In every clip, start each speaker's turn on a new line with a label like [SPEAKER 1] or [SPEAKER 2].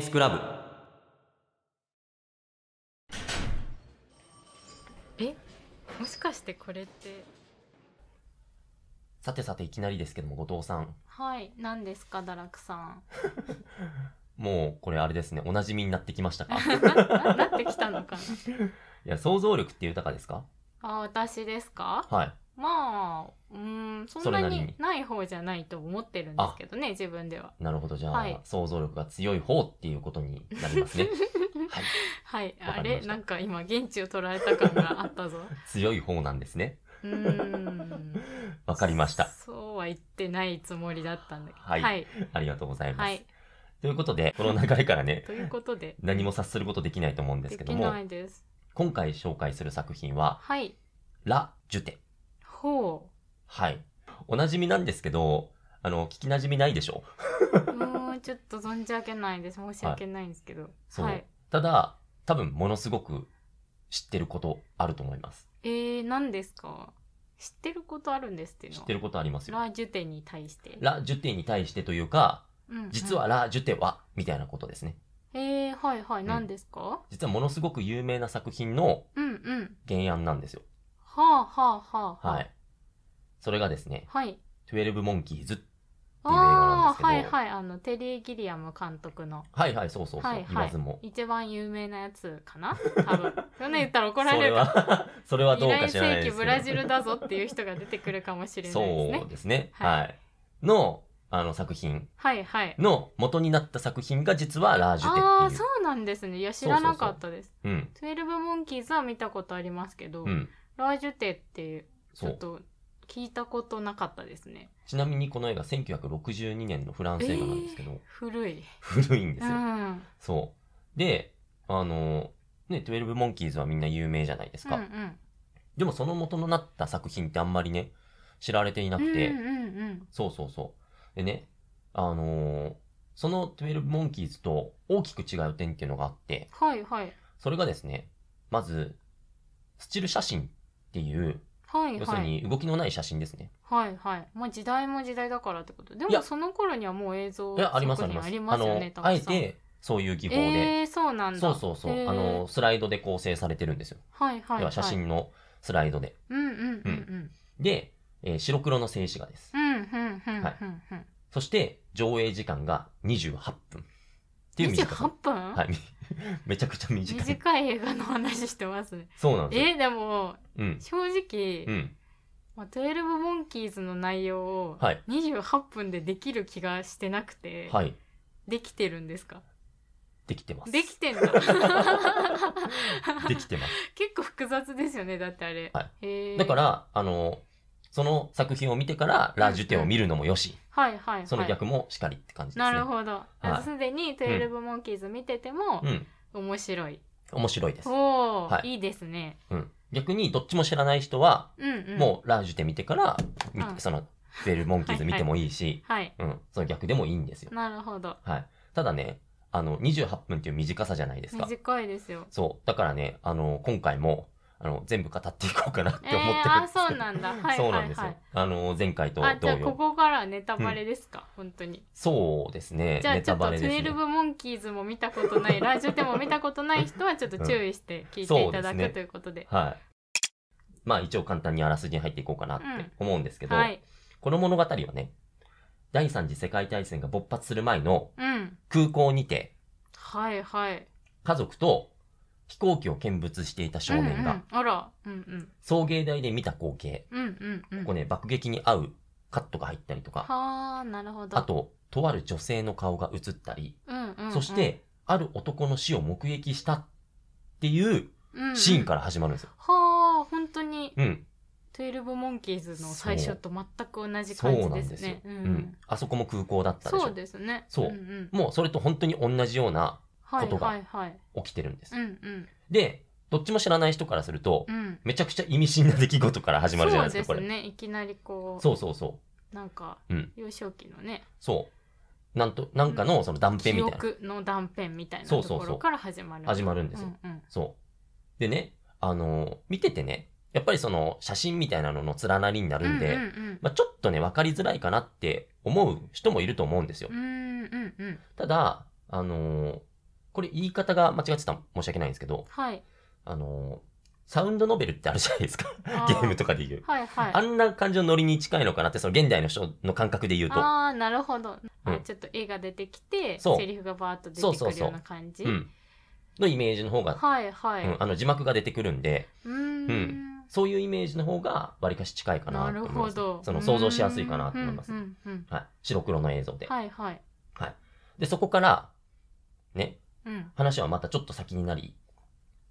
[SPEAKER 1] スクラブ
[SPEAKER 2] えもしかしてこれって
[SPEAKER 1] さてさていきなりですけども後藤さん
[SPEAKER 2] はい何ですか堕落さ ん
[SPEAKER 1] もうこれあれですねおなじみになってきま したか
[SPEAKER 2] なななってきたのかない
[SPEAKER 1] や想像力って豊かですか
[SPEAKER 2] あ私ですか
[SPEAKER 1] はい
[SPEAKER 2] まあうーんそんな
[SPEAKER 1] それなりに
[SPEAKER 2] にない方じゃないと思ってるんですけどね自分では
[SPEAKER 1] なるほどじゃあ、
[SPEAKER 2] はい
[SPEAKER 1] 想像力が強い方っていうことになり ますねはい
[SPEAKER 2] はい
[SPEAKER 1] わか
[SPEAKER 2] あ
[SPEAKER 1] りま
[SPEAKER 2] れ
[SPEAKER 1] した
[SPEAKER 2] なんか今現地を捉えた感があったぞ
[SPEAKER 1] 強い方なんですね
[SPEAKER 2] うーん
[SPEAKER 1] わかりました
[SPEAKER 2] そうは言ってないつもりだったんだけど
[SPEAKER 1] はい
[SPEAKER 2] はい、
[SPEAKER 1] ありがとうございます、
[SPEAKER 2] はい
[SPEAKER 1] ということでこの流れからね
[SPEAKER 2] ということで
[SPEAKER 1] 何も察することできないと思うんですけ
[SPEAKER 2] で
[SPEAKER 1] ど
[SPEAKER 2] き
[SPEAKER 1] も
[SPEAKER 2] ないです
[SPEAKER 1] 今回紹介する作品は
[SPEAKER 2] はい
[SPEAKER 1] ラ・ジュテ
[SPEAKER 2] ほ
[SPEAKER 1] はいおなじみなんですけどあの聞きなじみないでしょ
[SPEAKER 2] ううーんちょっと存じ上げないです申し訳ないんですけど
[SPEAKER 1] そう、
[SPEAKER 2] はい
[SPEAKER 1] ただ多分ものすごく知ってることあると思います
[SPEAKER 2] えー、何ですか知ってることあるんですっていう
[SPEAKER 1] 知
[SPEAKER 2] の
[SPEAKER 1] ってることありますよ
[SPEAKER 2] ラ・ジュテに対して。
[SPEAKER 1] ラ・ジュテに対してというか
[SPEAKER 2] うんうん
[SPEAKER 1] 実は。ラ・ジュテはみたいなことですね
[SPEAKER 2] えー、はいはい、
[SPEAKER 1] ん
[SPEAKER 2] 何ですか
[SPEAKER 1] 実はものすごく有名な作品の
[SPEAKER 2] うんうん。
[SPEAKER 1] 原案なんですよ
[SPEAKER 2] はあはあはあ。
[SPEAKER 1] は。いそれがですね
[SPEAKER 2] はい。
[SPEAKER 1] 12モンキーズ映画なんで
[SPEAKER 2] あ
[SPEAKER 1] すけど
[SPEAKER 2] あ、はいはい。あの、テリー・ギリアム監督の
[SPEAKER 1] はいはいそうそうそう、
[SPEAKER 2] はいはい
[SPEAKER 1] 言わずも
[SPEAKER 2] 一番有名なやつかな多分。そんな言ったら怒ら
[SPEAKER 1] そ
[SPEAKER 2] れ
[SPEAKER 1] れ
[SPEAKER 2] るか。
[SPEAKER 1] は それはどうか
[SPEAKER 2] 来
[SPEAKER 1] 知らないで
[SPEAKER 2] 世
[SPEAKER 1] すけ
[SPEAKER 2] 紀
[SPEAKER 1] ど
[SPEAKER 2] ブラジルだぞっていう人が出てくるかもしれな
[SPEAKER 1] そ
[SPEAKER 2] いですね
[SPEAKER 1] う。ですね。は。
[SPEAKER 2] はいい
[SPEAKER 1] の、あの作品
[SPEAKER 2] はいはい。
[SPEAKER 1] の元になった作品が実はラージュテ
[SPEAKER 2] ああ、
[SPEAKER 1] ってい。
[SPEAKER 2] そううなんですね。いや、知らなかったです。
[SPEAKER 1] うん。
[SPEAKER 2] 12モンキーズは見たことありますけど、
[SPEAKER 1] うん。
[SPEAKER 2] ラージュテっていうち
[SPEAKER 1] そ
[SPEAKER 2] ょっ
[SPEAKER 1] う。
[SPEAKER 2] と聞いたことなかったですね。
[SPEAKER 1] ちなみにこの映画1962年のフランス映画なんですけど、
[SPEAKER 2] 古い。
[SPEAKER 1] 古いんで
[SPEAKER 2] う
[SPEAKER 1] すよ。
[SPEAKER 2] ん。うん
[SPEAKER 1] そう。で、あの、ね、12モンキーズはみんな有名じゃないです
[SPEAKER 2] う
[SPEAKER 1] か。
[SPEAKER 2] ん。
[SPEAKER 1] でもその元のなった作品ってあんまりね、知られていな
[SPEAKER 2] うん
[SPEAKER 1] くて、
[SPEAKER 2] うんうん。
[SPEAKER 1] そうそうそう。でね、あのーその12モンキーズと大きく違う点っていうのがあって、
[SPEAKER 2] はいはい。
[SPEAKER 1] それがですね、まず、スチル写真っていう、
[SPEAKER 2] はい
[SPEAKER 1] 要する
[SPEAKER 2] はい。
[SPEAKER 1] に動きのない写真ですね。
[SPEAKER 2] はいはい。まあ時代も時代だからってこと。で
[SPEAKER 1] いや
[SPEAKER 2] もその頃にはもう映像
[SPEAKER 1] いや、ありますあり
[SPEAKER 2] 品
[SPEAKER 1] ます。
[SPEAKER 2] ありますよね、
[SPEAKER 1] あ
[SPEAKER 2] た
[SPEAKER 1] の、あえ
[SPEAKER 2] くさん。
[SPEAKER 1] て、そういう技法で、
[SPEAKER 2] えー、そうなんだ。
[SPEAKER 1] そうそうそう、
[SPEAKER 2] へー
[SPEAKER 1] あの、、スライドで構成されてるんですよ。
[SPEAKER 2] はいはい、はい。
[SPEAKER 1] 要は写。真のスライドで。
[SPEAKER 2] うんうんうんうん。
[SPEAKER 1] で、えー白黒の静止画です。
[SPEAKER 2] うんうんうんうん
[SPEAKER 1] はい
[SPEAKER 2] うん。
[SPEAKER 1] そして、上映時間が28分。っていう
[SPEAKER 2] 二十
[SPEAKER 1] 短
[SPEAKER 2] 八
[SPEAKER 1] さ。
[SPEAKER 2] 分、
[SPEAKER 1] はい。 めちゃくちゃ短い。
[SPEAKER 2] 短い映画の話してますね。
[SPEAKER 1] そうなんですよ。
[SPEAKER 2] えー、でも、
[SPEAKER 1] うん。
[SPEAKER 2] 正直、
[SPEAKER 1] うん。
[SPEAKER 2] まあ、12モンキーズの内容を
[SPEAKER 1] はい
[SPEAKER 2] 28分でできる気がしてなくて、
[SPEAKER 1] はい。
[SPEAKER 2] できてるんですか
[SPEAKER 1] できてます。
[SPEAKER 2] できてんだ
[SPEAKER 1] できてます。
[SPEAKER 2] 結構複雑ですよねだってあれ、
[SPEAKER 1] は
[SPEAKER 2] へー
[SPEAKER 1] だから、あの、その作品を見てから、ラ・ジュテを見るのもよし、
[SPEAKER 2] はいはいはい
[SPEAKER 1] その逆もしかりって感じですね。
[SPEAKER 2] なるほど
[SPEAKER 1] はい
[SPEAKER 2] すで、に12モンキーズ見てても
[SPEAKER 1] うん。
[SPEAKER 2] 面白い、
[SPEAKER 1] 面白いです。
[SPEAKER 2] おお、、
[SPEAKER 1] はい
[SPEAKER 2] いですね
[SPEAKER 1] うん。逆に、どっちも知らない人は、
[SPEAKER 2] うんうん
[SPEAKER 1] もう、ラ・ジュテ見てから、み
[SPEAKER 2] うん
[SPEAKER 1] その、デル・モンキーズ見てもいいし、
[SPEAKER 2] はい
[SPEAKER 1] うん。その逆でもいいんですよ。
[SPEAKER 2] なるほど
[SPEAKER 1] はい。ただね、あの、28分っていう短さじゃないですか。
[SPEAKER 2] 短いですよ
[SPEAKER 1] そう。だからね、あの、今回も、あの、全部語っていこうかなって
[SPEAKER 2] え
[SPEAKER 1] 思ってるんです
[SPEAKER 2] ー、
[SPEAKER 1] けど。
[SPEAKER 2] あそうなんだはいはいはい
[SPEAKER 1] そうなんですよ。あの、前回と
[SPEAKER 2] あじ
[SPEAKER 1] 同
[SPEAKER 2] ゃあこ
[SPEAKER 1] 様。
[SPEAKER 2] こからネタバレですか、本当に
[SPEAKER 1] そうです ね。
[SPEAKER 2] じゃあ
[SPEAKER 1] ネ
[SPEAKER 2] ちょ
[SPEAKER 1] タ
[SPEAKER 2] っと
[SPEAKER 1] バレですね。
[SPEAKER 2] 12モンキーズも見たことない、ラジオでも見たことない人はちょっと注意して聞いていただ
[SPEAKER 1] うんそうですね
[SPEAKER 2] くということで。
[SPEAKER 1] はい。まあ一応簡単にあらすじに入っていこうかなって思うんですけど、
[SPEAKER 2] はい。
[SPEAKER 1] この物語はね、第三次世界大戦が勃発する前の
[SPEAKER 2] うん。
[SPEAKER 1] 空港にて、
[SPEAKER 2] はいはい。
[SPEAKER 1] 家族と飛行機を見物していた少年
[SPEAKER 2] うんう
[SPEAKER 1] が
[SPEAKER 2] ん、あら。うんうん。
[SPEAKER 1] 送迎台で見た光景、
[SPEAKER 2] うんうんうん。
[SPEAKER 1] ここね、爆撃に合うカットが入ったりとか、
[SPEAKER 2] はあ、なるほど。
[SPEAKER 1] あと、とある女性の顔が映ったり、
[SPEAKER 2] うんうんうん、
[SPEAKER 1] そして、ある男の死を目撃したっていう
[SPEAKER 2] うんうん
[SPEAKER 1] シーンから始まるんですよ。
[SPEAKER 2] はあ、本当に、
[SPEAKER 1] うん。
[SPEAKER 2] 12モンキーズの最初と全く同じ
[SPEAKER 1] そ
[SPEAKER 2] 感
[SPEAKER 1] う
[SPEAKER 2] じ
[SPEAKER 1] な
[SPEAKER 2] で
[SPEAKER 1] んですすよ
[SPEAKER 2] ね。。
[SPEAKER 1] うん。あそこも空港だったでし
[SPEAKER 2] そう
[SPEAKER 1] ょ。
[SPEAKER 2] ですね。
[SPEAKER 1] そうん
[SPEAKER 2] ん
[SPEAKER 1] もうそれと本当に同じような
[SPEAKER 2] はい
[SPEAKER 1] ことが
[SPEAKER 2] はいはい。
[SPEAKER 1] 起きてるんです。
[SPEAKER 2] うんうん。
[SPEAKER 1] で、どっちも知らない人からすると、
[SPEAKER 2] うん。
[SPEAKER 1] めちゃくちゃ意味深な出来事から始まるじゃないですか、
[SPEAKER 2] そうで
[SPEAKER 1] こ
[SPEAKER 2] すね。いきなりこ
[SPEAKER 1] れ。
[SPEAKER 2] う、
[SPEAKER 1] そうそうそ
[SPEAKER 2] なんか、
[SPEAKER 1] うん
[SPEAKER 2] 幼少期のね、
[SPEAKER 1] う。そう。なんと、なんかのその断片
[SPEAKER 2] 記
[SPEAKER 1] みたいな。
[SPEAKER 2] 憶の断片みたいな
[SPEAKER 1] そう
[SPEAKER 2] と
[SPEAKER 1] そうそう
[SPEAKER 2] ころから始まる
[SPEAKER 1] 始まるんですよ
[SPEAKER 2] うんうん
[SPEAKER 1] そう。でね、あのー見ててね、やっぱりその写真みたいなのの連なりになるんで、
[SPEAKER 2] うんうん
[SPEAKER 1] まあ、ちょっとね、わかりづらいかなって思う人もいると思うんですよ
[SPEAKER 2] う。んうんうんうん
[SPEAKER 1] ただ、あのーこれ言い方が間違ってたら申し訳ないんですけど、
[SPEAKER 2] はい。
[SPEAKER 1] あのーサウンドノベルってあるじゃないですか。
[SPEAKER 2] ゲ
[SPEAKER 1] ゲームとかで言う。
[SPEAKER 2] はいはい。
[SPEAKER 1] あんな感じのノリに近いのかなって、その現代の人の感覚で言うと。
[SPEAKER 2] ああなるほど、
[SPEAKER 1] うん
[SPEAKER 2] あちょっと絵が出てきて
[SPEAKER 1] そう
[SPEAKER 2] セリフがバーッと出
[SPEAKER 1] そう
[SPEAKER 2] て
[SPEAKER 1] そう
[SPEAKER 2] くる
[SPEAKER 1] そう
[SPEAKER 2] ような感じ
[SPEAKER 1] うん。のイメージの方が、
[SPEAKER 2] はいはい
[SPEAKER 1] う
[SPEAKER 2] う
[SPEAKER 1] ん、あの字幕が出てくるんで、
[SPEAKER 2] ーん
[SPEAKER 1] そういうイメージの方が割かし近いかな
[SPEAKER 2] な
[SPEAKER 1] と
[SPEAKER 2] る
[SPEAKER 1] 思いま
[SPEAKER 2] ほ
[SPEAKER 1] す。
[SPEAKER 2] ど
[SPEAKER 1] その想像しやすいかなと思います
[SPEAKER 2] う。んうんうん
[SPEAKER 1] はい。白黒の映像で。
[SPEAKER 2] はいはい
[SPEAKER 1] で、そこから、ね、
[SPEAKER 2] うん
[SPEAKER 1] 話はまたちょっと先になり、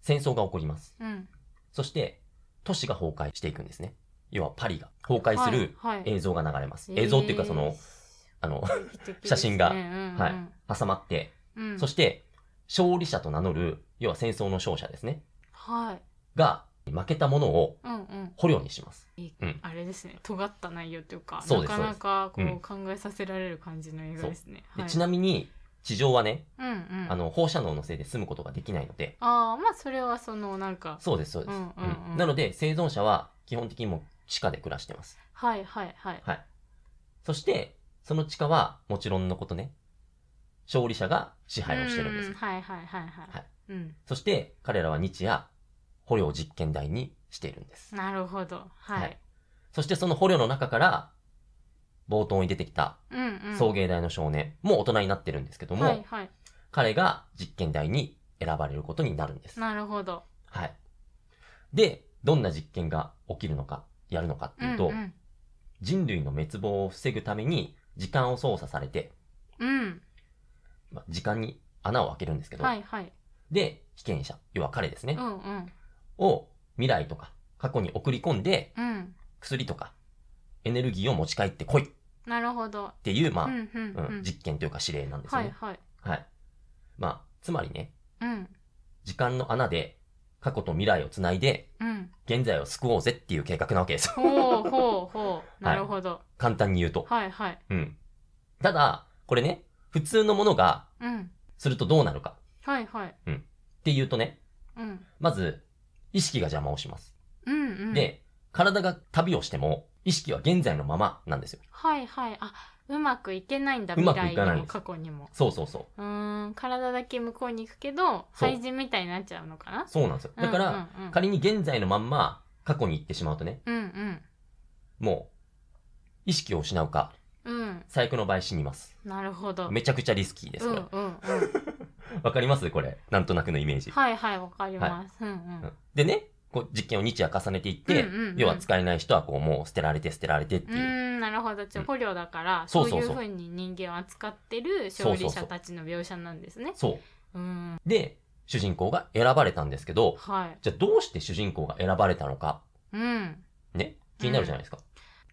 [SPEAKER 1] 戦争が起こります。
[SPEAKER 2] うん
[SPEAKER 1] そして、都市が崩壊していくんですね。要はパリが崩壊する
[SPEAKER 2] はいはい
[SPEAKER 1] 映像が流れます。映像っていうかその、あの、
[SPEAKER 2] えー素敵ですね
[SPEAKER 1] 写真が
[SPEAKER 2] うんうん
[SPEAKER 1] はい挟まって、
[SPEAKER 2] うん
[SPEAKER 1] そして、勝利者と名乗る、要は戦争の勝者ですね。
[SPEAKER 2] はい
[SPEAKER 1] が、負けたものを
[SPEAKER 2] うんうん
[SPEAKER 1] 捕虜にします。
[SPEAKER 2] あれですね尖った内容というか
[SPEAKER 1] そうです
[SPEAKER 2] なかなかこ
[SPEAKER 1] そう
[SPEAKER 2] う考えさせられる感じの映画ですね、
[SPEAKER 1] で
[SPEAKER 2] はい、
[SPEAKER 1] ちなみに、地上はね、
[SPEAKER 2] うんうん
[SPEAKER 1] あの、放射能のせいで住むことができないので、
[SPEAKER 2] あーまあそれはそのなんか
[SPEAKER 1] そうです、そうです。
[SPEAKER 2] う
[SPEAKER 1] うん
[SPEAKER 2] うんうん
[SPEAKER 1] んなので、生存者は基本的にもう地下で暮らしてます。
[SPEAKER 2] はいはいはい
[SPEAKER 1] はい。そして、その地下は、もちろんのことね、勝利者が支配をしてるんです。
[SPEAKER 2] うはいはいはいはい。
[SPEAKER 1] はい
[SPEAKER 2] うん。
[SPEAKER 1] そして、彼らは日夜、捕虜を実験台にしているんです。
[SPEAKER 2] なるほど。はい。
[SPEAKER 1] はいそして、その捕虜の中から、冒頭に出てきた、
[SPEAKER 2] うんうん。
[SPEAKER 1] 送迎台の少年、もう大人になってるんですけども、
[SPEAKER 2] はいはい。
[SPEAKER 1] 彼が実験台に選ばれることになるんです。
[SPEAKER 2] なるほど。
[SPEAKER 1] はい。で、どんな実験が起きるのか、やるのかっていうと、
[SPEAKER 2] うんうん。
[SPEAKER 1] 人類の滅亡を防ぐために、時間を操作されて、
[SPEAKER 2] うん。
[SPEAKER 1] まあ、時間に穴を開けるんですけど、
[SPEAKER 2] はいはい。
[SPEAKER 1] で、被験者、要は彼ですね
[SPEAKER 2] う、んうん。
[SPEAKER 1] を未来とか過去に送り込んで、
[SPEAKER 2] うん。
[SPEAKER 1] 薬とかエネルギーを持ち帰ってこいっ
[SPEAKER 2] なるほど。
[SPEAKER 1] ていう、まあ、
[SPEAKER 2] う
[SPEAKER 1] うん
[SPEAKER 2] んうんうん。
[SPEAKER 1] 実験というか指令なんですよ
[SPEAKER 2] はい
[SPEAKER 1] ね。
[SPEAKER 2] はい。
[SPEAKER 1] はい、まあ、つまりね、
[SPEAKER 2] うん
[SPEAKER 1] 時間の穴で過去と未来をつないで、
[SPEAKER 2] うん。
[SPEAKER 1] 現在を救おうぜっていう計画なわけですよ。
[SPEAKER 2] ほうほうほう。なるほど。
[SPEAKER 1] 簡単に言うと。
[SPEAKER 2] はいはい。
[SPEAKER 1] うん。ただ、これね、普通のものが
[SPEAKER 2] うん。
[SPEAKER 1] するとどうなるか
[SPEAKER 2] はいはい。
[SPEAKER 1] っていうとね、
[SPEAKER 2] うん。
[SPEAKER 1] まず、意識が邪魔をします。
[SPEAKER 2] うんうん。、
[SPEAKER 1] で、体が旅をしても、意識は現在のままなんですよ。
[SPEAKER 2] はいはい。あ、うまくいけないんだ。
[SPEAKER 1] うま
[SPEAKER 2] 未
[SPEAKER 1] くいかない
[SPEAKER 2] 来にも過去にも。
[SPEAKER 1] そうそうそう。
[SPEAKER 2] うーん。体だけ向こうに行くけど、
[SPEAKER 1] そう
[SPEAKER 2] 廃人みたいになっちゃうのかな
[SPEAKER 1] そうなんですよ。だから、、
[SPEAKER 2] うんうんうん
[SPEAKER 1] 仮に現在のまんま過去に行ってしまうとね、
[SPEAKER 2] うん
[SPEAKER 1] もう、意識を失うか、
[SPEAKER 2] うん。うん。
[SPEAKER 1] 最悪の場合死にます。
[SPEAKER 2] なるほど。
[SPEAKER 1] めちゃくちゃリスキーです、
[SPEAKER 2] うん
[SPEAKER 1] こ
[SPEAKER 2] う
[SPEAKER 1] れ。
[SPEAKER 2] んうん。
[SPEAKER 1] わかりますこれ。なんとなくのイメージ。
[SPEAKER 2] はいはい、わかります。うんうん。
[SPEAKER 1] でね、こう実験を日夜重ねていって、
[SPEAKER 2] うんうんうん
[SPEAKER 1] 要は使えない人はこうもう捨てられて捨てられてって
[SPEAKER 2] う
[SPEAKER 1] いう。
[SPEAKER 2] ーん、なるほど。ちょ、捕虜だから、
[SPEAKER 1] そ
[SPEAKER 2] そう
[SPEAKER 1] そう
[SPEAKER 2] うい
[SPEAKER 1] そう
[SPEAKER 2] うふうに人間を扱ってる勝利者たちの描写なんですね。
[SPEAKER 1] そう
[SPEAKER 2] ーん。
[SPEAKER 1] う。で、主人公が選ばれたんですけど、
[SPEAKER 2] はい。
[SPEAKER 1] じゃあどうして主人公が選ばれたのか、
[SPEAKER 2] うん。
[SPEAKER 1] ね、気になるじゃないですか。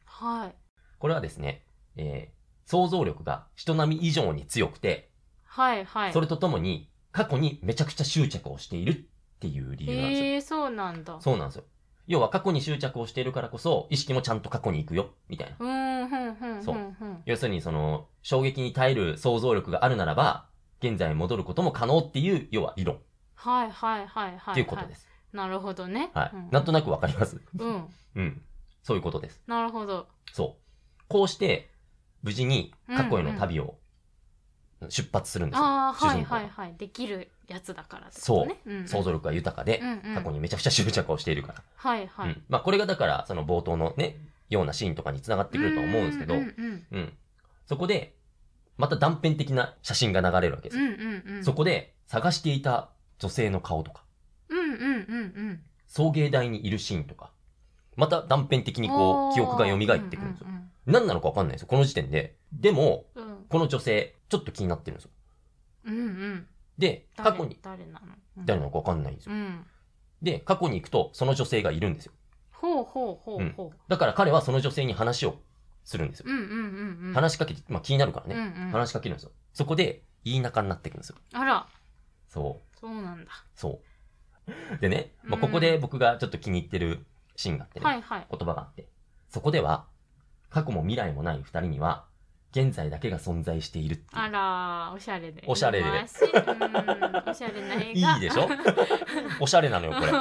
[SPEAKER 2] はい。
[SPEAKER 1] これはですね、えー想像力が人並み以上に強くて、
[SPEAKER 2] はいはい。
[SPEAKER 1] それとともに過去にめちゃくちゃ執着をしているっていう理由なんですよ。
[SPEAKER 2] へえ、そうなんだ。
[SPEAKER 1] そうなんですよ。要は過去に執着をしているからこそ、意識もちゃんと過去に行くよ、みたいな。
[SPEAKER 2] うーん、ふんふんふ
[SPEAKER 1] そうん
[SPEAKER 2] ふん。
[SPEAKER 1] 要するにその、衝撃に耐える想像力があるならば、現在に戻ることも可能っていう、要は理論
[SPEAKER 2] はいはいはいは
[SPEAKER 1] っ
[SPEAKER 2] い。。
[SPEAKER 1] ていうことですす。
[SPEAKER 2] なるほどね。
[SPEAKER 1] はい。
[SPEAKER 2] うん
[SPEAKER 1] なんとなくわかります。
[SPEAKER 2] うん。
[SPEAKER 1] うん。そういうことです。
[SPEAKER 2] なるほど。
[SPEAKER 1] そう。こうして、無事に過去への旅を出発するんですよ。
[SPEAKER 2] ああ、
[SPEAKER 1] 主
[SPEAKER 2] はい
[SPEAKER 1] 人公
[SPEAKER 2] はい
[SPEAKER 1] が。
[SPEAKER 2] はい。できるやつだからってことね。うんうん
[SPEAKER 1] 想像力が豊かで
[SPEAKER 2] う、んうん。
[SPEAKER 1] 過去にめちゃくちゃ執着をしているから。
[SPEAKER 2] はいは
[SPEAKER 1] う
[SPEAKER 2] い。
[SPEAKER 1] ん、まあこれがだからその冒頭のねようなシーンとかに繋がってくるとは思うんですけど、う
[SPEAKER 2] うんんうん
[SPEAKER 1] そこでまた断片的な写真が流れるわけです、
[SPEAKER 2] うんうんうん。
[SPEAKER 1] そこで探していた女性の顔とか
[SPEAKER 2] うんうんうん
[SPEAKER 1] 送迎台にいるシーンとかまた断片的
[SPEAKER 2] うん。
[SPEAKER 1] にこ
[SPEAKER 2] おー
[SPEAKER 1] う記憶が蘇ってくるんですよ、
[SPEAKER 2] うん
[SPEAKER 1] 何なのかわかんないですよこの時点ででも
[SPEAKER 2] うんうん。
[SPEAKER 1] この女性ちょっと気になってるんですよ
[SPEAKER 2] うんうん。
[SPEAKER 1] で過去に
[SPEAKER 2] 誰誰なのうん
[SPEAKER 1] 誰なのかわかんないんですよ
[SPEAKER 2] うん。
[SPEAKER 1] で過去に行くとその女性がいるんですよ
[SPEAKER 2] ほうほうほうほ
[SPEAKER 1] だから彼はその女性に話をするんですよ
[SPEAKER 2] う。うんうんうんうん。
[SPEAKER 1] 話しかけて、まあ、気になるからね、
[SPEAKER 2] ね。うんうん。
[SPEAKER 1] 話しかけるんですよ。そこで、言い仲になっていくんですよ。
[SPEAKER 2] あら、
[SPEAKER 1] そう、
[SPEAKER 2] そうなんだ。
[SPEAKER 1] そう。 でね、まあ、
[SPEAKER 2] うん
[SPEAKER 1] ここで僕がちょっと気に入ってるシーンがあってね、
[SPEAKER 2] はいはい。
[SPEAKER 1] 言葉があって。そこでは、過去も未来もない二人には、現在だけが存在しているっていう
[SPEAKER 2] あら、おしゃれで。
[SPEAKER 1] おしゃれで
[SPEAKER 2] うまいしうんおしゃれな映画。
[SPEAKER 1] いいで しょおしゃれなのよ、これ。めち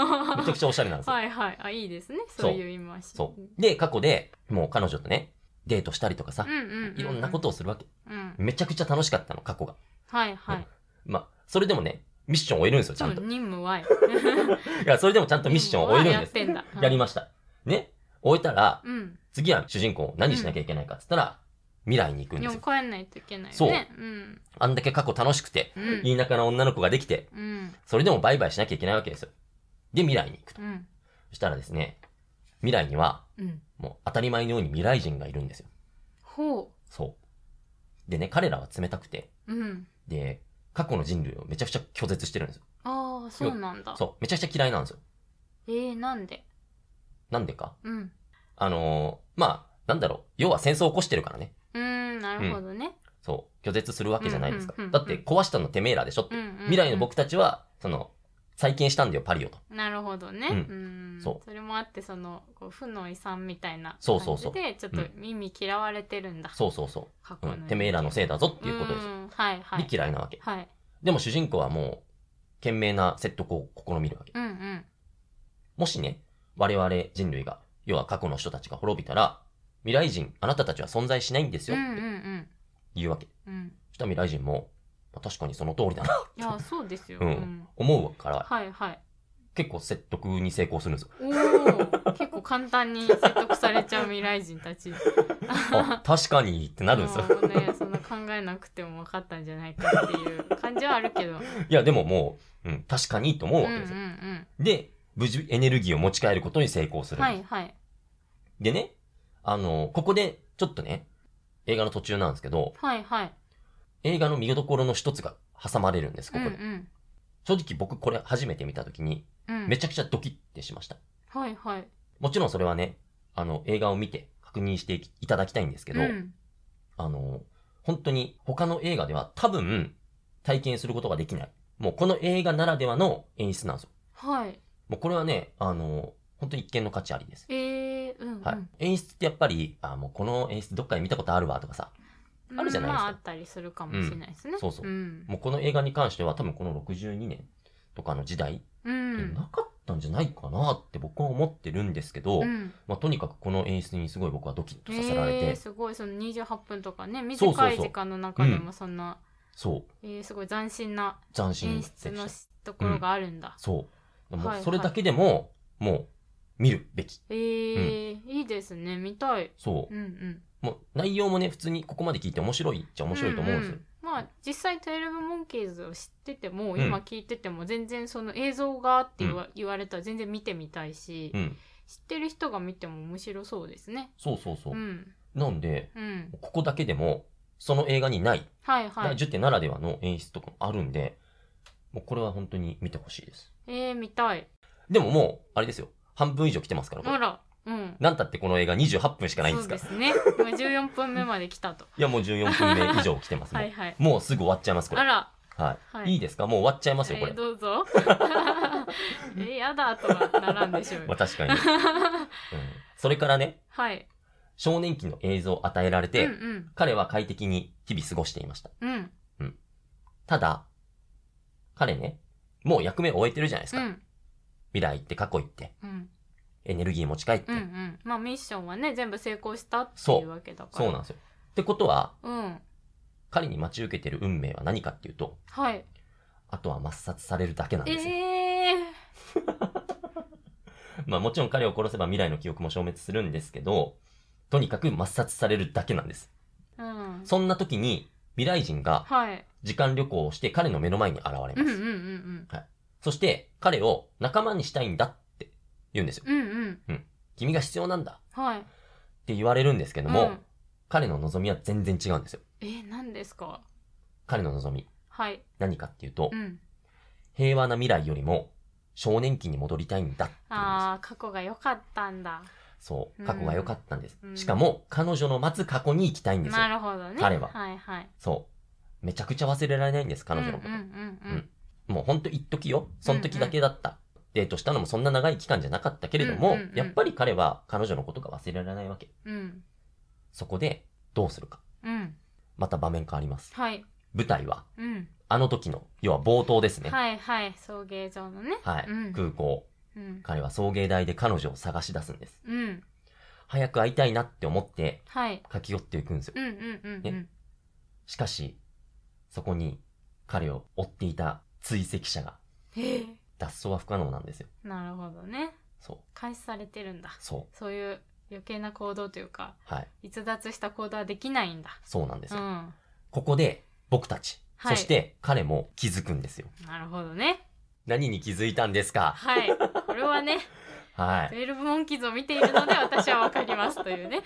[SPEAKER 1] ゃくちゃおしゃれなんですよ。
[SPEAKER 2] はいはい。あ、いいですね。そういう意味わし。
[SPEAKER 1] そう。で、過去で、もう彼女とね、デートしたりとかさ
[SPEAKER 2] う、んうんうん。
[SPEAKER 1] いろんなことをするわけ。
[SPEAKER 2] うん。
[SPEAKER 1] めちゃくちゃ楽しかったの、過去が。
[SPEAKER 2] はいは
[SPEAKER 1] うん
[SPEAKER 2] い。
[SPEAKER 1] まあ、それでもね、ミッションを終えるんですよ、ちゃんと。い
[SPEAKER 2] 超任務は
[SPEAKER 1] や、それでもちゃんとミッションを終えるんです。
[SPEAKER 2] 任務はやってんだ。
[SPEAKER 1] やりました。ね終えたら、
[SPEAKER 2] うん。
[SPEAKER 1] 次は主人公何しなきゃいけないかって言ったら、未来に行くん
[SPEAKER 2] 日
[SPEAKER 1] です
[SPEAKER 2] 本
[SPEAKER 1] よ。
[SPEAKER 2] 帰んないといけないね。
[SPEAKER 1] そう
[SPEAKER 2] うん。
[SPEAKER 1] あんだけ過去楽しくて、
[SPEAKER 2] うん
[SPEAKER 1] いい仲の女の子ができて、
[SPEAKER 2] うん。
[SPEAKER 1] それでもバイバイしなきゃいけないわけですよ。で、未来に行くと。
[SPEAKER 2] うん。
[SPEAKER 1] そしたらですね、未来には、
[SPEAKER 2] うん。
[SPEAKER 1] もう当たり前のように未来人がいるんですよ。
[SPEAKER 2] ほ
[SPEAKER 1] そう。でね、彼らは冷たくて、
[SPEAKER 2] う。うん。
[SPEAKER 1] で、過去の人類をめちゃくちゃ拒絶してるんですよ。
[SPEAKER 2] ああ、そうなんだ。
[SPEAKER 1] そう。めちゃくちゃ嫌いなんですよ。
[SPEAKER 2] えー、なんで
[SPEAKER 1] なんでか
[SPEAKER 2] うん。
[SPEAKER 1] あのーまあ、なんだろう。要は戦争を起こしてるからね。
[SPEAKER 2] うーん、なるほどね。
[SPEAKER 1] そう。拒絶するわけじゃないですか
[SPEAKER 2] うんうんうんう。
[SPEAKER 1] だっ
[SPEAKER 2] ん
[SPEAKER 1] て壊したのてめえらでしょって
[SPEAKER 2] う。んうん。
[SPEAKER 1] 未来の。僕たちは、その、再建したんだよ、パリをと。
[SPEAKER 2] なるほどね。
[SPEAKER 1] う
[SPEAKER 2] うんん。
[SPEAKER 1] そう
[SPEAKER 2] それもあって、その、こう負の遺産みたいな
[SPEAKER 1] そ
[SPEAKER 2] 感
[SPEAKER 1] うそうそ
[SPEAKER 2] じ
[SPEAKER 1] う
[SPEAKER 2] で、ちょっと耳嫌われてるんだ。
[SPEAKER 1] そうそうそ
[SPEAKER 2] 過去
[SPEAKER 1] う。う
[SPEAKER 2] の
[SPEAKER 1] ん。てめえらのせいだぞっていうことですよ。
[SPEAKER 2] んはいは
[SPEAKER 1] で、
[SPEAKER 2] い。
[SPEAKER 1] 嫌いなわけ。
[SPEAKER 2] はい。
[SPEAKER 1] でも主人公はもう、懸命な説得を試みるわけ。
[SPEAKER 2] うんうん。
[SPEAKER 1] もしね、我々人類が、要は過去の人たちが滅びたら、未来人、あなたたちは存在しないんです
[SPEAKER 2] う
[SPEAKER 1] よ
[SPEAKER 2] んう
[SPEAKER 1] って
[SPEAKER 2] ん
[SPEAKER 1] 言うわけ。
[SPEAKER 2] うん。うん。
[SPEAKER 1] そしたら未来人も、まあ確かにその通りだな、
[SPEAKER 2] いや、そうですよ。
[SPEAKER 1] うん
[SPEAKER 2] うん。
[SPEAKER 1] 思うから、
[SPEAKER 2] はいはい。
[SPEAKER 1] 結構説得に成功するんですよ。
[SPEAKER 2] おお、結構簡単に説得されちゃう未来人たち。
[SPEAKER 1] あ、確かにってなるんですよ。
[SPEAKER 2] もうね、そんな考えなくても分かったんじゃないかっていう感じはあるけど。
[SPEAKER 1] いや、でももう、うん、確かにと思う
[SPEAKER 2] うんう
[SPEAKER 1] わ
[SPEAKER 2] ん
[SPEAKER 1] けですよ。
[SPEAKER 2] うん。
[SPEAKER 1] で、無事エネルギーを持ち帰ることに成功するんです。
[SPEAKER 2] はいはい。
[SPEAKER 1] でね、あの、ここで、ちょっとね、映画の途中なんですけど、
[SPEAKER 2] はいはい。
[SPEAKER 1] 映画の見どころの一つが挟まれるんです、こ
[SPEAKER 2] う
[SPEAKER 1] こ
[SPEAKER 2] ん
[SPEAKER 1] で。
[SPEAKER 2] うん。
[SPEAKER 1] 正直僕これ初めて見た時に、
[SPEAKER 2] うん、
[SPEAKER 1] めちゃくちゃドキッてしました。
[SPEAKER 2] はいはい。
[SPEAKER 1] もちろんそれはね、あの、映画を見て確認していきいただきたいんですけど、
[SPEAKER 2] うん、
[SPEAKER 1] あの、本当に他の映画では多分体験することができない。もうこの映画ならではの演出なんですよ。
[SPEAKER 2] はい。
[SPEAKER 1] もうこれはね、あの、本当に一見の価値ありです。
[SPEAKER 2] えー、うん、うん。
[SPEAKER 1] はい。演出ってやっぱり、あ、もうこの演出どっかで見たことあるわとかさ、あるじゃないですか
[SPEAKER 2] まあ、あったりするかもしれないですね。。
[SPEAKER 1] うんそうそうんもうこの映画に関しては多分この62年とかの時代、
[SPEAKER 2] う。
[SPEAKER 1] なんかったんじゃないかなって僕は思ってるんですけど、
[SPEAKER 2] うん
[SPEAKER 1] まあ、とにかくこの演出にすごい僕はドキッとさせられて、
[SPEAKER 2] えー、すごいその28分とかね
[SPEAKER 1] そうそう
[SPEAKER 2] 短い時間の中でもそんな
[SPEAKER 1] そう、
[SPEAKER 2] えー、すごい斬新な
[SPEAKER 1] 斬新
[SPEAKER 2] 演
[SPEAKER 1] でした
[SPEAKER 2] 出のしところがあるんだ。
[SPEAKER 1] そう。も
[SPEAKER 2] はいう
[SPEAKER 1] それだけでも、もう、見るべき。
[SPEAKER 2] えーいいですね見たい。
[SPEAKER 1] そ
[SPEAKER 2] うんうん。
[SPEAKER 1] う。もう、内容もね、普通にここまで聞いて面白いっちゃ面白いと思うんですよ。
[SPEAKER 2] んんまあ実際12モンキーズを知ってても、
[SPEAKER 1] うん
[SPEAKER 2] 今聞いてても全然その映像がって言わ,、言われたら全然見てみたいし、
[SPEAKER 1] うん。
[SPEAKER 2] 知ってる人が見ても面白そうですね。
[SPEAKER 1] そうそうそうう。
[SPEAKER 2] ん
[SPEAKER 1] なんで、
[SPEAKER 2] うん
[SPEAKER 1] ここだけでも、その映画にない、
[SPEAKER 2] はいは
[SPEAKER 1] 第
[SPEAKER 2] い。
[SPEAKER 1] 10点ならではの演出とかもあるんで、もうこれは本当に見てほしいです。
[SPEAKER 2] えー、見たい。
[SPEAKER 1] でももう、あれですよ。半分以上来てますから、こ
[SPEAKER 2] あ
[SPEAKER 1] れ。
[SPEAKER 2] らうん。
[SPEAKER 1] なんたってこの映画28分しかないんです
[SPEAKER 2] そう
[SPEAKER 1] か
[SPEAKER 2] で
[SPEAKER 1] ら。
[SPEAKER 2] すね。今14分目まで来 たと。
[SPEAKER 1] いや、もう14分目以上来てますね。
[SPEAKER 2] はいはい。
[SPEAKER 1] もうすぐ終わっちゃいます、これ
[SPEAKER 2] あ。ら、
[SPEAKER 1] はい。
[SPEAKER 2] はい
[SPEAKER 1] い、いですかもう終わっちゃいますよ、こ
[SPEAKER 2] え
[SPEAKER 1] れ
[SPEAKER 2] ー。どうぞ。 えー、やだとはならんでしょうよ
[SPEAKER 1] まあ、確 かに、うん。それからね、
[SPEAKER 2] はい。
[SPEAKER 1] 少年期の映像を与えられて、
[SPEAKER 2] うん
[SPEAKER 1] 彼は快適に日々過ごしていました。
[SPEAKER 2] うん。うん。
[SPEAKER 1] ただ、彼ね、もう役目を終えてるじゃないです
[SPEAKER 2] う
[SPEAKER 1] か。
[SPEAKER 2] ん。
[SPEAKER 1] 未来行って過去行って、
[SPEAKER 2] うん。
[SPEAKER 1] エネルギー持ち帰って。
[SPEAKER 2] うんうん。まあミッションはね、全部成功したって
[SPEAKER 1] そう
[SPEAKER 2] いうわけだから。
[SPEAKER 1] そうなんですよ。ってことは、
[SPEAKER 2] うん。
[SPEAKER 1] 彼に待ち受けてる運命は何かっていうと、
[SPEAKER 2] はい。
[SPEAKER 1] あとは抹殺されるだけなんですよ。
[SPEAKER 2] ええ
[SPEAKER 1] まあもちろん彼を殺せば未来の記憶も消滅するんですけど、とにかく抹殺されるだけなんです。
[SPEAKER 2] ー。うん。
[SPEAKER 1] そんな時に、未来人が
[SPEAKER 2] はい。
[SPEAKER 1] 時間旅行をして彼の目の前に現れ
[SPEAKER 2] うん
[SPEAKER 1] ま
[SPEAKER 2] うん
[SPEAKER 1] す。
[SPEAKER 2] うんうん。
[SPEAKER 1] そして、彼を仲間にしたいんだって言うんですよ。
[SPEAKER 2] うんうん。
[SPEAKER 1] 君が必要なんだ
[SPEAKER 2] はい。
[SPEAKER 1] って言われるんですけども、
[SPEAKER 2] うん、
[SPEAKER 1] 彼の望みは全然違うんですよ。
[SPEAKER 2] えー、何ですか
[SPEAKER 1] 彼の望み、
[SPEAKER 2] はい。
[SPEAKER 1] 何かっていうと、
[SPEAKER 2] うん。
[SPEAKER 1] 平和な未来よりも少年期に戻りたいんだって言うんで
[SPEAKER 2] ああ、過去が良かったんだ。
[SPEAKER 1] す。そうう、
[SPEAKER 2] ん
[SPEAKER 1] 過去が良かったんです。
[SPEAKER 2] うん
[SPEAKER 1] しかも、彼女の待つ過去に行きたいんですよ
[SPEAKER 2] な。るほどね。
[SPEAKER 1] 彼は
[SPEAKER 2] はいはい。
[SPEAKER 1] そう。めちゃくちゃ忘れられないんです、彼女の
[SPEAKER 2] うん
[SPEAKER 1] こと。
[SPEAKER 2] うんうんうん。
[SPEAKER 1] もうほんと一時よ。その時だけだった。デートしたのもそんな長い期間じゃなかったけれども、
[SPEAKER 2] うんうんうん
[SPEAKER 1] やっぱり彼は彼女のことが忘れられないわけ。
[SPEAKER 2] うん。
[SPEAKER 1] そこで、どうするか。
[SPEAKER 2] うん。
[SPEAKER 1] また場面変わります。
[SPEAKER 2] はい。
[SPEAKER 1] 舞台は、
[SPEAKER 2] うん。
[SPEAKER 1] あの時の、要は冒頭ですね。はい。
[SPEAKER 2] はいはい。送迎場のね。うん
[SPEAKER 1] 空港。
[SPEAKER 2] うん。
[SPEAKER 1] 彼は送迎台で彼女を探し出すんです。
[SPEAKER 2] うん。
[SPEAKER 1] 早く会いたいなって思って、
[SPEAKER 2] はい。
[SPEAKER 1] 駆け寄っていくんですよ。
[SPEAKER 2] うんうんうんうん。
[SPEAKER 1] ねしかし、そこに、彼を追っていた追跡者が。
[SPEAKER 2] え
[SPEAKER 1] 脱走は不可能なんですよ。
[SPEAKER 2] なるほどね
[SPEAKER 1] そう。
[SPEAKER 2] 監視されてるんだ
[SPEAKER 1] そう。
[SPEAKER 2] そういう余計な行動というか
[SPEAKER 1] はい。
[SPEAKER 2] 逸脱した行動はできないんだ
[SPEAKER 1] そうなんです
[SPEAKER 2] う
[SPEAKER 1] よ。
[SPEAKER 2] ん
[SPEAKER 1] ここで、僕たち、
[SPEAKER 2] はい
[SPEAKER 1] そして彼も気づくんですよ。
[SPEAKER 2] なるほどね
[SPEAKER 1] 何に気づいたんですか
[SPEAKER 2] はいこ れはね
[SPEAKER 1] は
[SPEAKER 2] 「
[SPEAKER 1] い。
[SPEAKER 2] 12モンキーズ」を見ているので私はわかりますというね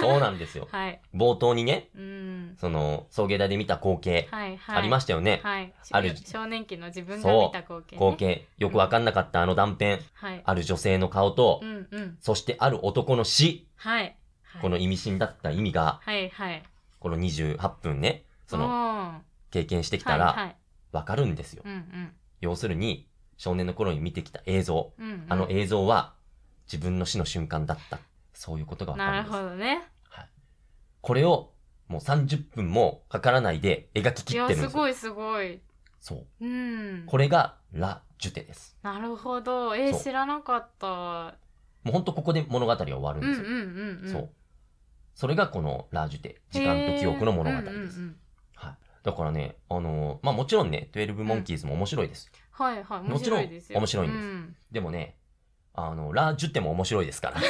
[SPEAKER 1] そうなんですよ。
[SPEAKER 2] はい
[SPEAKER 1] 冒頭にね、
[SPEAKER 2] うん
[SPEAKER 1] その、送迎台で見た光景、
[SPEAKER 2] はいはい
[SPEAKER 1] ありま
[SPEAKER 2] し
[SPEAKER 1] したよね。
[SPEAKER 2] はい
[SPEAKER 1] ある
[SPEAKER 2] 少年期の自分が
[SPEAKER 1] そう
[SPEAKER 2] 見た光景ね
[SPEAKER 1] 光景、よくわかんなかったあの断片、
[SPEAKER 2] はい
[SPEAKER 1] ある女性の顔と、
[SPEAKER 2] うんうん
[SPEAKER 1] そしてある男の死、
[SPEAKER 2] はいはい
[SPEAKER 1] この意味深だった意味が、
[SPEAKER 2] はいはい
[SPEAKER 1] この28分ね、その、
[SPEAKER 2] の
[SPEAKER 1] 経験してきたら、
[SPEAKER 2] い
[SPEAKER 1] わかるんですよ。
[SPEAKER 2] うんうん
[SPEAKER 1] 要するに、少年の頃に見てきた映像、
[SPEAKER 2] うんうん
[SPEAKER 1] あの映像は、自分の死の瞬間だった。そういうことがわかる
[SPEAKER 2] なる
[SPEAKER 1] んで
[SPEAKER 2] ほ
[SPEAKER 1] す。
[SPEAKER 2] どね
[SPEAKER 1] これを、もう30分もかからないで描き
[SPEAKER 2] い
[SPEAKER 1] きっ
[SPEAKER 2] や
[SPEAKER 1] てるん
[SPEAKER 2] す
[SPEAKER 1] ですよ。
[SPEAKER 2] ごいすごい
[SPEAKER 1] そう。
[SPEAKER 2] うん
[SPEAKER 1] これが、ラ・ジュテです。
[SPEAKER 2] なるほどえー
[SPEAKER 1] そう
[SPEAKER 2] 知らなかった
[SPEAKER 1] もうほんとここで物語は終わるん
[SPEAKER 2] う
[SPEAKER 1] で
[SPEAKER 2] ん
[SPEAKER 1] す
[SPEAKER 2] う
[SPEAKER 1] よ。
[SPEAKER 2] んうんうん
[SPEAKER 1] そう。それがこのラージュテ、時間と記憶の物語です。
[SPEAKER 2] へーうんうんうん
[SPEAKER 1] はい。だからね、あのーまあもちろんね、12モンキーズも面白いです。
[SPEAKER 2] はいはい面
[SPEAKER 1] もちろん
[SPEAKER 2] 白いですよ
[SPEAKER 1] 面白いんです
[SPEAKER 2] うん
[SPEAKER 1] でもね、あの、ラージュテも面白いです から。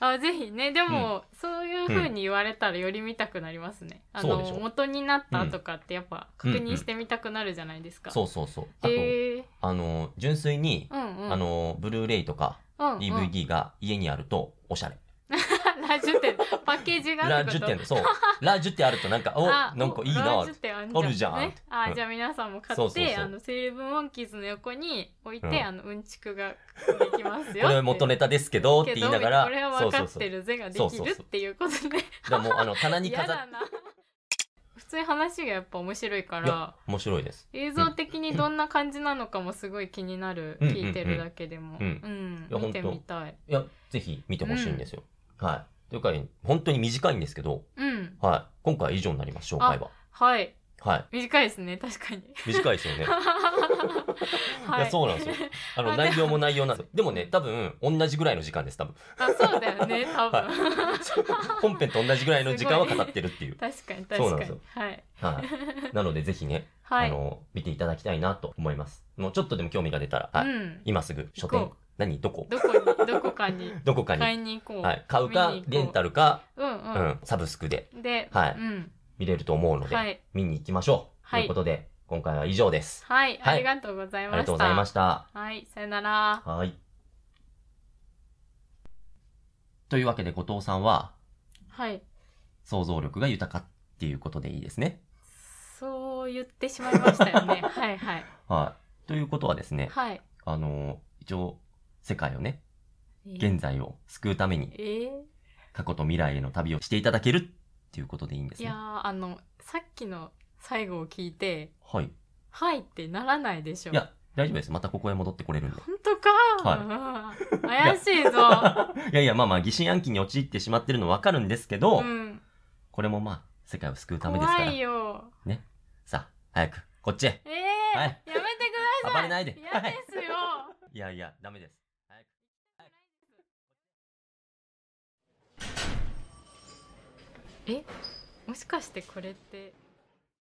[SPEAKER 2] あぜひねでも、そういう風に言われたらより見たくなりますね、あ
[SPEAKER 1] そうでし
[SPEAKER 2] の
[SPEAKER 1] ょ
[SPEAKER 2] 元になったとかってやっぱ確認してみたくなるじゃないですか、
[SPEAKER 1] そうそうそう。あと、
[SPEAKER 2] へえ
[SPEAKER 1] あのー純粋に、
[SPEAKER 2] うんうん
[SPEAKER 1] あのーブルーレイとか
[SPEAKER 2] うんうん
[SPEAKER 1] DVD が家にあるとおしゃれ。
[SPEAKER 2] ラジュテパッケージがあ
[SPEAKER 1] ラ
[SPEAKER 2] る
[SPEAKER 1] ー
[SPEAKER 2] っ
[SPEAKER 1] ジ
[SPEAKER 2] て
[SPEAKER 1] ュ
[SPEAKER 2] こ
[SPEAKER 1] テ
[SPEAKER 2] と
[SPEAKER 1] の、そう。ラージュテあると なんか、お、
[SPEAKER 2] あ
[SPEAKER 1] なんかいい
[SPEAKER 2] ラ
[SPEAKER 1] な
[SPEAKER 2] ジ
[SPEAKER 1] ぁ。
[SPEAKER 2] ュテあん
[SPEAKER 1] あるじゃん
[SPEAKER 2] ねあ
[SPEAKER 1] うん
[SPEAKER 2] じゃあ皆さんも買って
[SPEAKER 1] そうそうそう
[SPEAKER 2] あのセールブモンキーズの横に置いて、
[SPEAKER 1] うん
[SPEAKER 2] あのうんちくができますよ
[SPEAKER 1] これ元ネタですけどって言いながら
[SPEAKER 2] けどこれは、分かってるぜがで
[SPEAKER 1] そう
[SPEAKER 2] き
[SPEAKER 1] そうそう
[SPEAKER 2] るっていうことで
[SPEAKER 1] だからもうあの、棚に
[SPEAKER 2] 嫌
[SPEAKER 1] 飾
[SPEAKER 2] だ
[SPEAKER 1] っ
[SPEAKER 2] な普通に話がやっぱ面白いか
[SPEAKER 1] い
[SPEAKER 2] ら
[SPEAKER 1] 面白いです。
[SPEAKER 2] 映像的にどんな感じなのかもすごい気になる、
[SPEAKER 1] うん
[SPEAKER 2] 聞いてるだけでも、
[SPEAKER 1] う
[SPEAKER 2] うんん
[SPEAKER 1] いや
[SPEAKER 2] 見てみたい
[SPEAKER 1] いや、ぜひ見てほしいんですよ。はい。というか、本当に短いんですけど、
[SPEAKER 2] うん
[SPEAKER 1] はい。今回は以上になります、紹介は。
[SPEAKER 2] はい
[SPEAKER 1] はい。
[SPEAKER 2] 短いですね確かに
[SPEAKER 1] 短いですよ ね。い、
[SPEAKER 2] は
[SPEAKER 1] や、そうなんですよ。あの、
[SPEAKER 2] あ
[SPEAKER 1] 内容も内容なんですでもね、多分、同じぐらいの時間です、多 分。
[SPEAKER 2] あそうだよね多分、
[SPEAKER 1] 本編と同じぐらいの時間は語ってるっていう。
[SPEAKER 2] 確かに
[SPEAKER 1] そうな
[SPEAKER 2] 確
[SPEAKER 1] ん
[SPEAKER 2] か
[SPEAKER 1] ですよ
[SPEAKER 2] にはい
[SPEAKER 1] はい。なので、ぜひね、
[SPEAKER 2] はい
[SPEAKER 1] あの、見ていただきたいなと思います。もうちょっとでも興味が出たら、はい。
[SPEAKER 2] うん、
[SPEAKER 1] 今すぐ、書
[SPEAKER 2] 行
[SPEAKER 1] 店
[SPEAKER 2] こ、
[SPEAKER 1] 何どこ
[SPEAKER 2] どこにどこかに
[SPEAKER 1] どこかに、
[SPEAKER 2] 買いに行こう、
[SPEAKER 1] はい。買うか
[SPEAKER 2] 見に行こ、う
[SPEAKER 1] レンタルか、
[SPEAKER 2] うん
[SPEAKER 1] う
[SPEAKER 2] うん、
[SPEAKER 1] ん、サブスクで
[SPEAKER 2] で、
[SPEAKER 1] はい
[SPEAKER 2] うん
[SPEAKER 1] 見れると思うので、
[SPEAKER 2] はい
[SPEAKER 1] 見に行きましょう。
[SPEAKER 2] はい
[SPEAKER 1] ということで、今回は以上です。
[SPEAKER 2] はい、
[SPEAKER 1] はい
[SPEAKER 2] ありがとうござい
[SPEAKER 1] あ
[SPEAKER 2] まし
[SPEAKER 1] り
[SPEAKER 2] た
[SPEAKER 1] がとうございました。
[SPEAKER 2] はいさよなら
[SPEAKER 1] はい。というわけで、後藤さんは、
[SPEAKER 2] はい
[SPEAKER 1] 想像力が豊かっていうことでいいですね。
[SPEAKER 2] そう言ってしまいました よねはいはい
[SPEAKER 1] はい。ということはですね、
[SPEAKER 2] はい
[SPEAKER 1] あのー一応、世界をね、
[SPEAKER 2] えー
[SPEAKER 1] 現在を救うために、
[SPEAKER 2] えー
[SPEAKER 1] 過去と未来への旅をしていただけるっていうことでいいんです
[SPEAKER 2] い
[SPEAKER 1] ね
[SPEAKER 2] や。ーあのさっきの最後を聞いて
[SPEAKER 1] はい。い
[SPEAKER 2] 「はい」ってならないでしょ
[SPEAKER 1] や、大丈夫です。またここへ戻ってこれるんで。
[SPEAKER 2] 本当か、うん怪しいぞ
[SPEAKER 1] いやいや、まあまあ、疑心暗鬼に陥ってしまってるのわかるんですけど、
[SPEAKER 2] うん
[SPEAKER 1] これもまあ、世界を救うためですか
[SPEAKER 2] 怖
[SPEAKER 1] ら
[SPEAKER 2] い。よ
[SPEAKER 1] さあ、早く、こっちへ。
[SPEAKER 2] えー
[SPEAKER 1] はい
[SPEAKER 2] やめてください
[SPEAKER 1] 暴れないで。
[SPEAKER 2] 嫌
[SPEAKER 1] はい
[SPEAKER 2] ですよ
[SPEAKER 1] いやいや、ダメです。早く
[SPEAKER 2] えもしかしてこれって